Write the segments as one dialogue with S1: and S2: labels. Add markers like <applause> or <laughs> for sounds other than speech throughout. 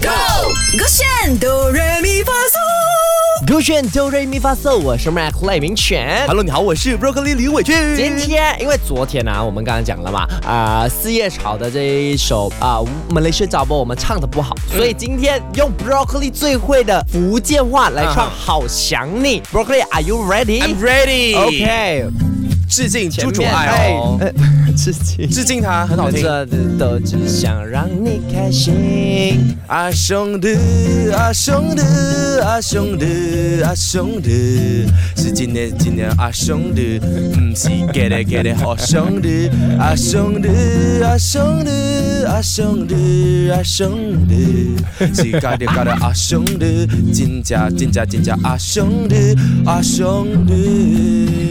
S1: Go，勾选哆来咪发嗦。
S2: 勾选 Do Re Mi Fa So，我是 Mac 赖明全。
S3: Hello，你好，我是 Broccoli 李伟俊。
S2: 今天因为昨天呢、啊，我们刚刚讲了嘛，啊、四叶草的这一首啊、马来西亚 a 我们唱的不好，所以今天用 Broccoli 最会的福建话来唱《
S3: 啊
S2: 好想你》。Broccoli，Are you
S3: I'm
S2: ready？OK，、
S3: ready。致敬朱主爱哦，
S2: 哎致敬。
S3: 致敬他，很好听。
S2: 这都只想让你开心。
S3: 啊兄弟，啊兄弟，啊兄弟，啊兄弟，是今天今天啊兄弟，唔是 get it get it 好兄弟，啊兄弟，啊兄弟，啊兄弟，啊兄弟，是搞的搞的啊兄弟，真假真假真假啊兄弟，啊兄弟。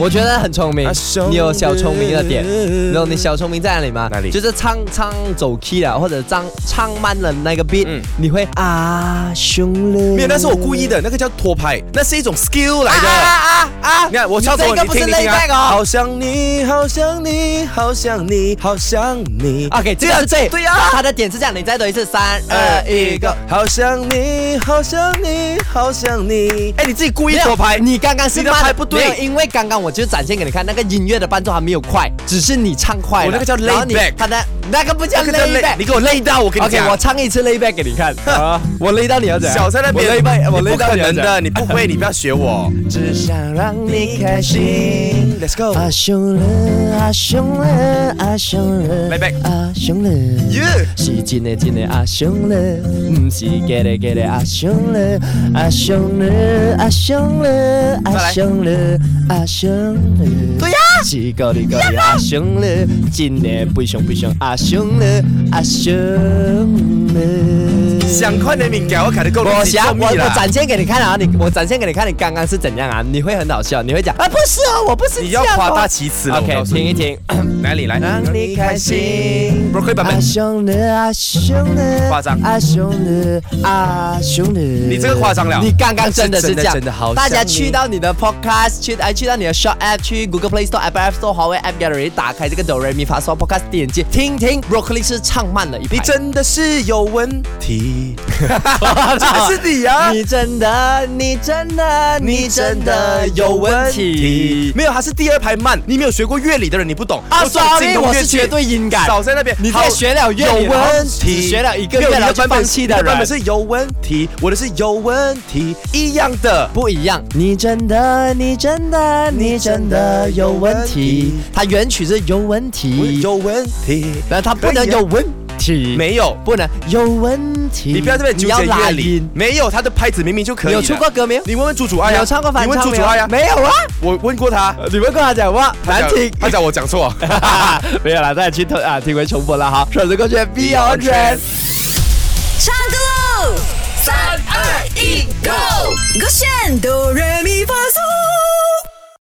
S2: 我觉得很聪明
S3: 啊兄，弟
S2: 你有小聪明的点。然后你小聪明在哪里吗？
S3: 哪里
S2: 就是唱唱走 key 了，或者唱唱慢了那个 beat，、
S3: 嗯
S2: 你会啊兄弟。
S3: 没有，那是我故意的，那个叫拖拍，那是一种 skill 来
S2: 啊
S3: 的。
S2: 啊啊啊！
S3: 你看我敲
S2: 这
S3: 左，
S2: 个
S3: 你
S2: 不是
S3: 听你听
S2: layback
S3: 啊！
S2: 哦。
S3: 好想你，好想你，好想你，好想你。啊
S2: OK，这个是对，
S3: 对呀。
S2: 他的点是这样，你再读一次，三二
S3: 二哎一
S2: 哎一
S3: 个
S2: 个。，
S3: 好想你，好想你，好想你。哎，你自己故意
S2: 没有
S3: 拖拍，
S2: 你刚刚是
S3: 你的
S2: 慢
S3: 拍不对
S2: 没有因为刚刚我就展现给你看，那个音乐的伴奏还没有快，只是你唱快了。
S3: 我那个叫
S2: 然后你
S3: layback
S2: 他的那个不叫
S3: 这个叫累
S2: layback，
S3: 你给我累到，我跟你
S2: OK，
S3: 讲
S2: 我。唱一次 layback 给你
S3: <laughs>
S2: 看。啊，我勒到你要怎样？
S3: 小在那边，
S2: 我勒到，我啊勒到
S3: 你不可
S2: 你要
S3: 能
S2: 怎
S3: 的，
S2: 样。
S3: 你不会，你不要学
S2: <laughs>
S3: 我。
S2: 只想让你开心。
S3: Let's go。
S2: 啊熊了，啊熊了，啊熊了，
S3: Layback
S2: 啊熊了。
S3: Yeah
S2: 是真的真的啊熊了，不是假的假的啊熊了，啊熊了，啊熊了，啊熊了，啊熊了。对呀。是高的高的啊熊了，真的不熊不熊啊熊了，啊熊了。
S3: 想看的敏感，我看得够
S2: 我想我我
S3: 了。
S2: 展现给你看啊，你我展现给你看，你刚刚是怎样啊？你会很好笑，你会讲啊，不是哦，我不是
S3: 你
S2: 这
S3: 要
S2: 样、哦。
S3: 夸大其词了。我
S2: OK，
S3: 告诉
S2: 听
S3: 你
S2: 一听。
S3: <coughs> 哪里来？
S2: 让你开心啊
S3: Broccoli 版
S2: 阿
S3: 本，
S2: 兄的阿兄的，
S3: 夸张
S2: 阿兄的阿兄的，你
S3: 这个夸张了
S2: 你刚刚真的是这样，
S3: 是真的真的好
S2: 大家
S3: 像你
S2: 去到你的 Podcast，去哎去到你的 Shop App，去 Google Play Store、Apple App Store、华为 App Gallery，打开这个 Do Re Mi Fa So Podcast，点击听听 Broccoli 是唱慢了一拍。
S3: 你真的是有问
S2: <laughs>
S3: 题。这是你啊！
S2: 你真的，你真的，你真的有问题。
S3: 没有，它是第二拍慢。你没有学过乐理的人，你不懂。
S2: 啊
S3: 我懂
S2: ，sorry，
S3: 精通
S2: 我是
S3: 乐器
S2: 绝对音感。
S3: 少在那边，
S2: 你在
S3: 好
S2: 学了乐理
S3: 有
S2: 然后
S3: 问
S2: 只
S3: 题，
S2: 学了一个
S3: 没有
S2: 月
S3: 你
S2: 然后就
S3: 版本
S2: 放弃的
S3: 你版本
S2: 人
S3: 是有问题，我的是有问题，一样的。
S2: 不一样，你真的，你真的，你真的有问题。它原曲是有问
S3: 嗯我
S2: 题，，
S3: 有问题，
S2: 但它不能有问题，
S3: 没有？
S2: 不能有问题。
S3: 你不要这边纠结
S2: 你要拉
S3: 乐理
S2: 音，。
S3: 没有，他的拍子明明就可
S2: 你
S3: 以。
S2: 有出过？歌没有？
S3: 你问问朱主哎爱呀，
S2: 有唱过反
S3: 啊你
S2: 唱
S3: 问朱
S2: 没
S3: 主哎
S2: 有
S3: 爱呀，
S2: 没有啊？
S3: 我问过他，
S2: 你们跟他讲话
S3: 他
S2: 难
S3: 讲
S2: 听。
S3: 他讲我讲错。
S2: <laughs> 没有啦，大家去听啊，听回重播了
S3: <laughs>
S2: 哈。首次歌曲 Beyond Trend。
S1: 唱歌喽！三二一，Go！勾选哆来咪发嗦。